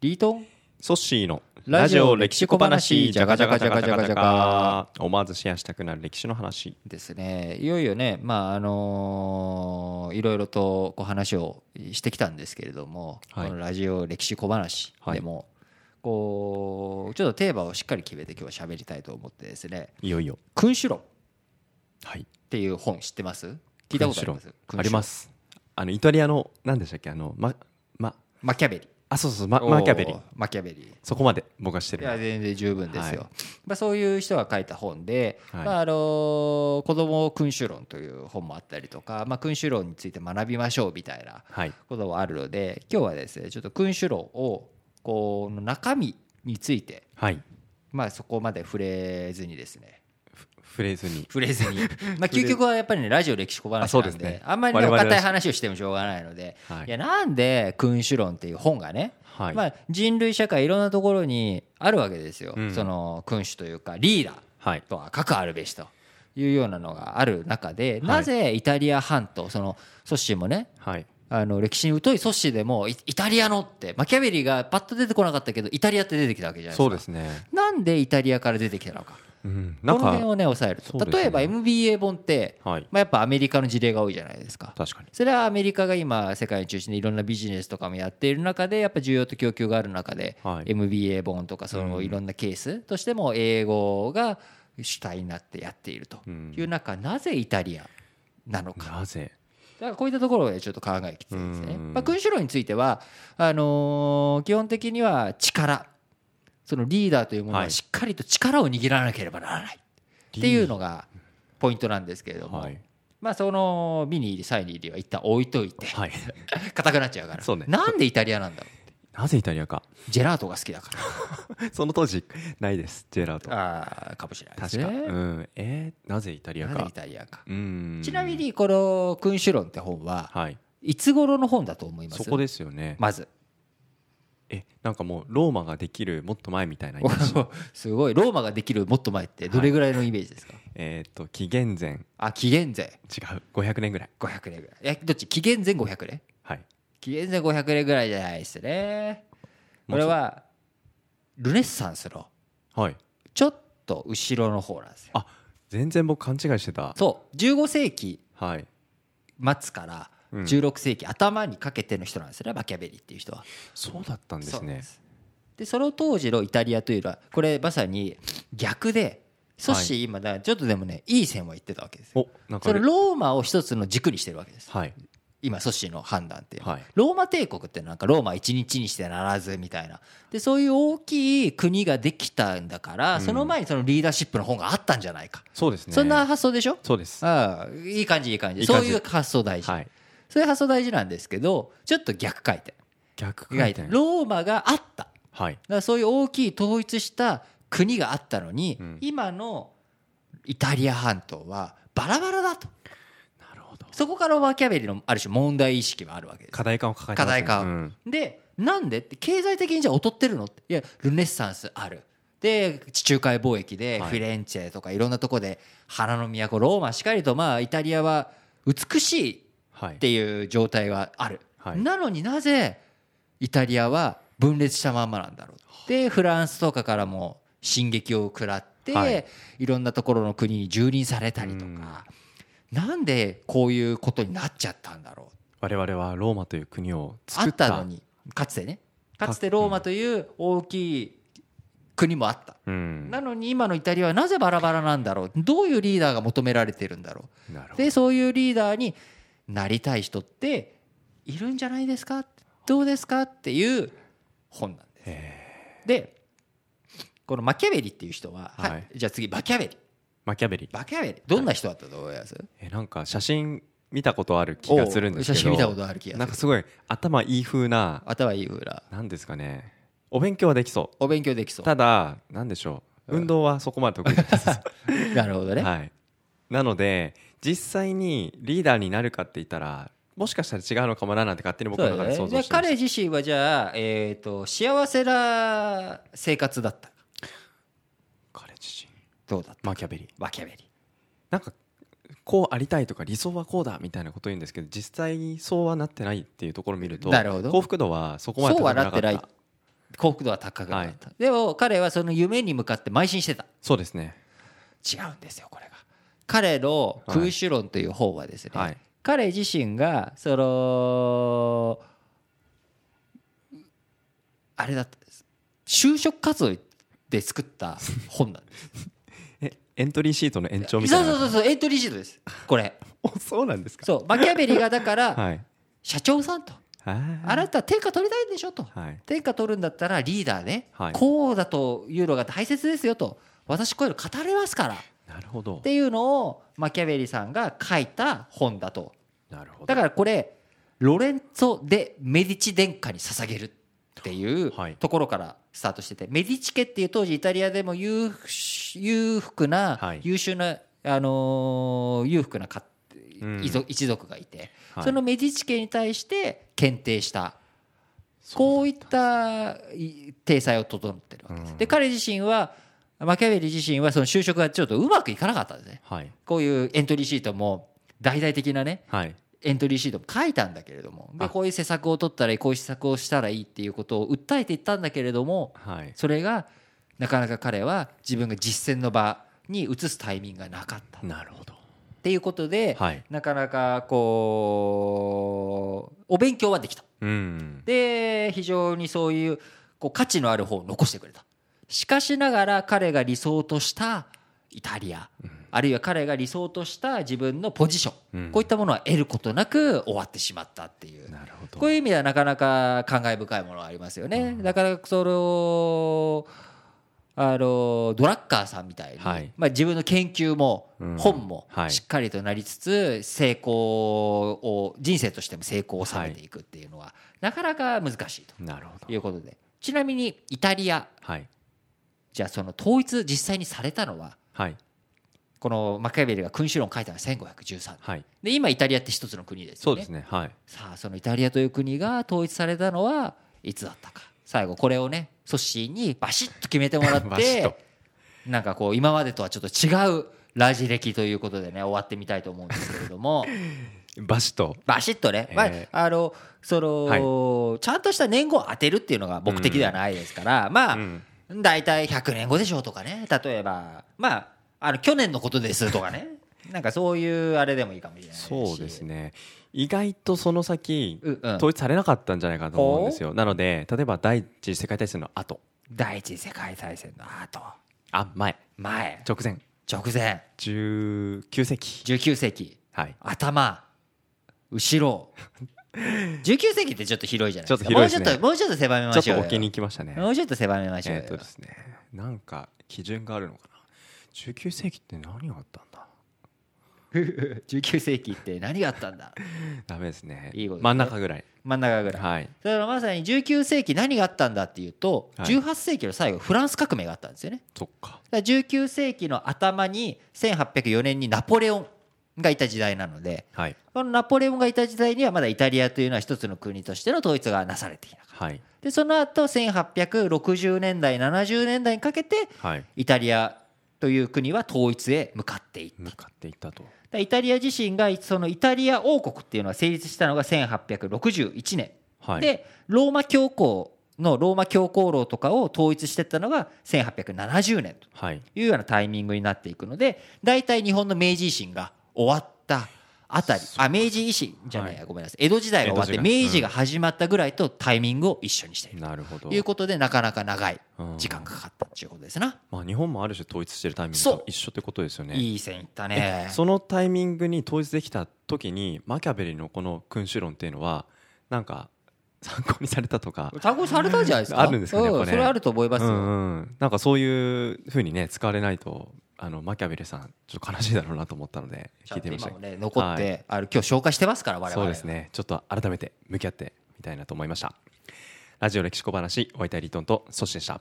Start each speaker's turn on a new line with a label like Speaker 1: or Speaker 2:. Speaker 1: リートン
Speaker 2: ソッシーの
Speaker 1: ラジオ歴史小話
Speaker 2: じゃがじゃがじゃがじゃが
Speaker 1: じ
Speaker 2: じゃ
Speaker 1: ゃが
Speaker 2: が思わずシェアしたくなる歴史の話
Speaker 1: ですねいよいよねまああのーいろいろとこう話をしてきたんですけれども、
Speaker 2: はい
Speaker 1: このラジオ歴史小話でも、こうちょっとテーマをしっかり決めて今日は喋りたいと思ってですね
Speaker 2: いよいよ
Speaker 1: 「君主論」っ
Speaker 2: はい
Speaker 1: ていう本知ってます聞いたことあります
Speaker 2: ありますすあのイタリアの何でしたっけあのまま
Speaker 1: マキャベリ
Speaker 2: あそうそうそうママキャベリ
Speaker 1: おーマキャベリ
Speaker 2: そこまで僕はして
Speaker 1: い
Speaker 2: る
Speaker 1: や全然十分ですよ、
Speaker 2: は
Speaker 1: まあ、そういう人が書いた本で、
Speaker 2: はい
Speaker 1: まああのー子供を君主論という本もあったりとか、まあ、君主論について学びましょうみたいな
Speaker 2: はい
Speaker 1: こともあるので今日はですねちょっと君主論をこう中身について、
Speaker 2: はい
Speaker 1: まあ、そこまで触れずにですね
Speaker 2: フレーズに
Speaker 1: 触れず にまあ究極はやっぱりねラジオ歴史小話
Speaker 2: あそ
Speaker 1: な
Speaker 2: うん
Speaker 1: であ
Speaker 2: ですね
Speaker 1: んまりね
Speaker 2: 我
Speaker 1: お
Speaker 2: 々らしい
Speaker 1: 堅い話をしてもしょうがないので、
Speaker 2: はい
Speaker 1: いやなんで君主論っていう本がね
Speaker 2: はい
Speaker 1: まあ、人類社会いろんなところにあるわけですよ、
Speaker 2: うん
Speaker 1: その君主というかリーダー
Speaker 2: はい
Speaker 1: とは各あるべしというようなのがある中でなぜイタリア半島そのソッシーもね
Speaker 2: はい
Speaker 1: あの歴史に疎いソッシーでもイイタリアのってマキャベリがパッと出てこなかったけどイタリアって出てきたわけじゃないですか
Speaker 2: そうですね
Speaker 1: なんでイタリアから出てきたのか
Speaker 2: うん
Speaker 1: こ
Speaker 2: な
Speaker 1: の
Speaker 2: ん
Speaker 1: 辺
Speaker 2: か
Speaker 1: をね抑えると、
Speaker 2: そうですね
Speaker 1: 例えば MBA 本って、
Speaker 2: はい
Speaker 1: まあ、やっぱアメリカの事例が多いじゃないですか
Speaker 2: 確かに
Speaker 1: それはアメリカが今世界を中心にいろんなビジネスとかもやっている中でやっぱ需要と供給がある中で
Speaker 2: はい
Speaker 1: MBA 本とかそのいろんなケースとしても英語が主体になってやっていると
Speaker 2: うん
Speaker 1: いう中なぜイタリアなのか
Speaker 2: なぜ
Speaker 1: だからこういったところでちょっと考えてきてですね
Speaker 2: うん
Speaker 1: まあ君主論についてはあのー基本的には力そのリーダーというもの
Speaker 2: は
Speaker 1: はいしっかりと力を握らなければならないっていうのがポイントなんですけれども
Speaker 2: はい
Speaker 1: まあその見に入りサインに入りは一旦置いといて
Speaker 2: はい
Speaker 1: 硬くなっちゃうから
Speaker 2: そうね
Speaker 1: なんでイタリアなんだろ
Speaker 2: なぜイタリアか
Speaker 1: うジェラートが好きだか
Speaker 2: その当時ないですジェラート
Speaker 1: らあーかもしれないです
Speaker 2: 確か、
Speaker 1: ね
Speaker 2: うんえーなぜイタリア
Speaker 1: なんでイ
Speaker 2: か
Speaker 1: タリアか
Speaker 2: うん
Speaker 1: ちなみにこの「君主論」って本は
Speaker 2: はい
Speaker 1: いつ頃の本だと思います
Speaker 2: そこですよね
Speaker 1: まず
Speaker 2: えなんかもうローマができるもっと前みたいなイメージ
Speaker 1: すごいローマができるもっと前ってどれぐらいのイメージですか、
Speaker 2: えーっと紀元前違
Speaker 1: あ紀元前
Speaker 2: う500年ぐらい
Speaker 1: 500年ぐらいいやどっち紀元前500年
Speaker 2: はい
Speaker 1: 紀元前500年ぐらいじゃないですねこれはルネッサンスの
Speaker 2: はい
Speaker 1: ちょっと後ろの方なんですよ
Speaker 2: あ全然僕勘違いしてた
Speaker 1: そう15世紀
Speaker 2: はい
Speaker 1: 末から
Speaker 2: うん
Speaker 1: 16世紀頭にかけての人なんですね、マキャベリっていう人は。
Speaker 2: そうだったんです
Speaker 1: そうなん
Speaker 2: ね
Speaker 1: ですでその当時のイタリアというのはこれまさに逆でソッシー今だちょっとでもねいい線は言ってたわけですよ。
Speaker 2: おなんか
Speaker 1: それローマを一つの軸にしてるわけです
Speaker 2: はい
Speaker 1: 今ソッシーの判断っていうのは
Speaker 2: はい
Speaker 1: ローマ帝国ってなんかローマ一日にしてならずみたいなでそういう大きい国ができたんだからその前にそのリーダーシップの本があったんじゃないか、
Speaker 2: そうですね
Speaker 1: そんな発想でしょ
Speaker 2: そうです
Speaker 1: ああいい感じいい感じ
Speaker 2: いい感
Speaker 1: そう
Speaker 2: じ
Speaker 1: いう発想大事、
Speaker 2: はい
Speaker 1: そういう発想大事なんですけどちょっと逆回転
Speaker 2: 逆
Speaker 1: 意外
Speaker 2: 回
Speaker 1: と
Speaker 2: 転
Speaker 1: ローマがあっただか
Speaker 2: はい
Speaker 1: らそういう大きい統一した国があったのに、
Speaker 2: うん
Speaker 1: 今のイタリア半島はバラバラだと
Speaker 2: なるほど
Speaker 1: そこからマキャベリのある種問題意識もあるわけです
Speaker 2: 課題感を抱えてますね
Speaker 1: 課題感
Speaker 2: うん
Speaker 1: でなんでって経済的にじゃあ劣ってるのっていやルネッサンスあるで地中海貿易で
Speaker 2: はい
Speaker 1: フィレンツェとかいろんなとこで花の都ローマしかりとまあイタリアは美しい
Speaker 2: は
Speaker 1: っ
Speaker 2: い
Speaker 1: ていう状態はある、
Speaker 2: はい
Speaker 1: なのになぜイタリアは分裂したまんまなんだろうでフランスとかからも進撃を食らって、
Speaker 2: はいい、
Speaker 1: ろんなところの国に蹂躙されたりとか、なんでこういうことになっちゃったんだろう
Speaker 2: 我々はローマという国を
Speaker 1: あ
Speaker 2: 作
Speaker 1: っ
Speaker 2: ったた
Speaker 1: のにかつてねかつてローマという大きい国もあった、
Speaker 2: うん
Speaker 1: なのに今のイタリアはなぜバラバラなんだろうどういうリーダーが求められてるんだろう
Speaker 2: なるほど
Speaker 1: でそういうリーダーになりたい人っているんじゃないですかどうですかっていう本なんです。でこのマキャベリっていう人は、は
Speaker 2: はいい、
Speaker 1: じゃあ次マキャベリ
Speaker 2: マキャベリ
Speaker 1: マキャベリどんな人だったと思います、
Speaker 2: えなんか写真見たことある気がするんですけど
Speaker 1: お写真見たことある気がする
Speaker 2: なんかすごい頭いい風な
Speaker 1: 頭いい裏
Speaker 2: なんですかねお勉強はできそ
Speaker 1: お勉強できそうう
Speaker 2: ただなんでしょう運動はそこまで得意じゃないです、
Speaker 1: なるほど ね、
Speaker 2: はい、なので実際にリーダーになるかって言ったらもしかしたら違うのかもななんて勝手に僕
Speaker 1: そう
Speaker 2: の
Speaker 1: だ
Speaker 2: 中
Speaker 1: ね
Speaker 2: で想
Speaker 1: じゃ
Speaker 2: 像
Speaker 1: あ
Speaker 2: してまし
Speaker 1: 彼自身はじゃあ、えー、と幸せな生活だった
Speaker 2: た彼自身
Speaker 1: どうだった
Speaker 2: マキャベリ
Speaker 1: マキャベリ
Speaker 2: なんかこうありたいとか理想はこうだみたいなこと言うんですけど実際にそうはなってないっていうところを見ると
Speaker 1: なるほど
Speaker 2: 幸福度はそこまで
Speaker 1: そう
Speaker 2: 高
Speaker 1: は
Speaker 2: くな
Speaker 1: なっ
Speaker 2: かって
Speaker 1: な
Speaker 2: た
Speaker 1: い幸福度は高くなかった、
Speaker 2: は
Speaker 1: でも彼はその夢に向かって邁進してた
Speaker 2: そうですね
Speaker 1: 違うんですよこれが彼の空手論という方はですね、
Speaker 2: はい
Speaker 1: 彼自身がそのあれだったんです就職活動で作った本なん です
Speaker 2: えエントリーシートの延長みた
Speaker 1: そ
Speaker 2: いう
Speaker 1: そ
Speaker 2: な
Speaker 1: うそうそうエントリーシートですこれ
Speaker 2: おそうなんですか
Speaker 1: そうマキャベリがだから
Speaker 2: はい
Speaker 1: 社長さんとあ
Speaker 2: あ
Speaker 1: なた天下取りたいんでしょと
Speaker 2: はい
Speaker 1: 天下取るんだったらリーダーね、
Speaker 2: はい
Speaker 1: こうだというのが大切ですよと私こういうの語れますからっ
Speaker 2: なるほど
Speaker 1: ていうのをマキャベリさんが書いた本だと
Speaker 2: なるほど
Speaker 1: だからこれロレンツォ・デ・メディチ殿下に捧げるっていう
Speaker 2: はい
Speaker 1: ところからスタートしててメディチ家っていう当時イタリアでも裕福裕福な
Speaker 2: はい
Speaker 1: 優秀なあのー裕福な家
Speaker 2: うん
Speaker 1: 一族一族がいて
Speaker 2: はい
Speaker 1: そのメディチ家に対して検定したこういったい体裁を整ってるわけで
Speaker 2: うん
Speaker 1: す。で彼自身はマキャベリ自身はその就職がちょっとうまくいかなかったんですね。
Speaker 2: はい
Speaker 1: こういうエントリーシートも大々的なね
Speaker 2: はい
Speaker 1: エントリーシートも書いたんだけれどもで
Speaker 2: あ
Speaker 1: こういう施策を取ったらいいこういう施策をしたらいいっていうことを訴えていったんだけれども
Speaker 2: はい
Speaker 1: それがなかなか彼は自分が実践の場に移すタイミングがなかったっ
Speaker 2: なるほど
Speaker 1: ていうことで
Speaker 2: はい
Speaker 1: なかなかこうお勉強はできた
Speaker 2: うん
Speaker 1: で非常にそういうこう価値のある方を残してくれたしかしながら彼が理想としたイタリア
Speaker 2: うん
Speaker 1: あるいは彼が理想とした自分のポジション
Speaker 2: うん
Speaker 1: こういったものは得ることなく終わってしまったっていう。
Speaker 2: なるほど
Speaker 1: こういう意味ではなかなか感慨深いものがありますよね。だからそのあのドラッカーさんみたいに、
Speaker 2: はい
Speaker 1: まあ、自分の研究も
Speaker 2: うん
Speaker 1: 本も
Speaker 2: はい
Speaker 1: しっかりとなりつつ、成功を人生としても成功を収めていくっていうのは、なかなか難しいと
Speaker 2: なるほど
Speaker 1: いうことでちなみにイタリア
Speaker 2: はい
Speaker 1: じゃあその統一実際にされたのは
Speaker 2: はい
Speaker 1: このマキャベリが君主論を書いたのは1513年
Speaker 2: はい
Speaker 1: で今イタリアって一つの国です
Speaker 2: そ
Speaker 1: よ
Speaker 2: う
Speaker 1: ね
Speaker 2: です。ねはい
Speaker 1: さあそのイタリアという国が統一されたのはいつだったか最後これをねソッシーにバシッと決めてもらっ
Speaker 2: バシッ
Speaker 1: て
Speaker 2: と
Speaker 1: なんかこう今までとはちょっと違うラジ歴ということでね終わってみたいと思うんですけれど も
Speaker 2: バシッと
Speaker 1: バシッとね、まあ
Speaker 2: え、
Speaker 1: あのその、ちゃんとした年号を当てるっていうのが目的ではないですから、まあ、
Speaker 2: うん
Speaker 1: 大体100年後でしょうとかね例えばまああの去年のことですとか ねなんかそういうあれでもいいかもしれないし
Speaker 2: そうですね意外とその先
Speaker 1: うんうん
Speaker 2: 統一されなかったんじゃないかと思うんですよなので例えば第一次世界大戦の後
Speaker 1: 第一次世界大戦の後
Speaker 2: あ前
Speaker 1: 前
Speaker 2: 直前
Speaker 1: 直前
Speaker 2: 19世紀
Speaker 1: 19世紀
Speaker 2: はい
Speaker 1: 頭後 ろ19世紀ってちょっと広いじゃないですか
Speaker 2: ちょっと広いです
Speaker 1: もう
Speaker 2: ね
Speaker 1: ちょっともうちょっと狭めま
Speaker 2: ちょ
Speaker 1: しょ
Speaker 2: っ
Speaker 1: うよ
Speaker 2: とお気に行きましたね
Speaker 1: もうちょっと狭めましょう
Speaker 2: え
Speaker 1: よ
Speaker 2: っとですねなんか基準があるのかな19世紀って何があったんだ
Speaker 1: 19世紀って何があったんだ
Speaker 2: ダメですね
Speaker 1: いいことですね
Speaker 2: 真ん中ぐらい
Speaker 1: 真ん中ぐらい、
Speaker 2: はい
Speaker 1: だからまさに19世紀何があったんだっていうと
Speaker 2: はい
Speaker 1: 18世紀の最後フランス革命があったんですよね
Speaker 2: そっか
Speaker 1: だから19世紀の頭に1804年にナポレオンがいた時代なので
Speaker 2: はい
Speaker 1: このナポレオンがいた時代にはまだイタリアというのは一つの国としての統一がなされていなかった
Speaker 2: はい
Speaker 1: でその後1860年代70年代にかけて
Speaker 2: はい
Speaker 1: イタリアという国は統一へ向かっていっただ
Speaker 2: 向かっていったと
Speaker 1: からイタリア自身がそのイタリア王国っていうのは成立したのが1861年、
Speaker 2: はい
Speaker 1: でローマ教皇のローマ教皇楼とかを統一していったのが1870年と
Speaker 2: はい
Speaker 1: いうようなタイミングになっていくので大体日本の明治維新が終わったあたりあ明治維新じゃないや、ごめんなさい江戸時代が終わって
Speaker 2: 江戸時代
Speaker 1: 明治が始まったぐらいとタイミングを一緒にしている。
Speaker 2: なるほど
Speaker 1: ということでなかなか長い
Speaker 2: うん
Speaker 1: 時間がかかったっていうことですな、
Speaker 2: まあ日本もある種統一してるタイミング
Speaker 1: そう
Speaker 2: と一緒ってことですよね
Speaker 1: いい線いったね
Speaker 2: そのタイミングに統一できた時にマキャベリのこの君主論っていうのはなんか参考にされたとか、
Speaker 1: 参考にされたんじゃないですか
Speaker 2: あるんですかね
Speaker 1: う
Speaker 2: やっぱね
Speaker 1: それあると思います
Speaker 2: う
Speaker 1: よ、
Speaker 2: んうん、なんかそういうふうにね使われないとあのマキャベリさんちょっと悲しいだろうなと思った ので
Speaker 1: ちゃ
Speaker 2: 聞
Speaker 1: んと
Speaker 2: いてみまし
Speaker 1: 今
Speaker 2: た
Speaker 1: もね残って、
Speaker 2: は
Speaker 1: あの今日紹介してますから我々
Speaker 2: そうですねちょっと改めて向き合ってみたいなと思いましたラジオ歴史小話お相手はリートンとソシでした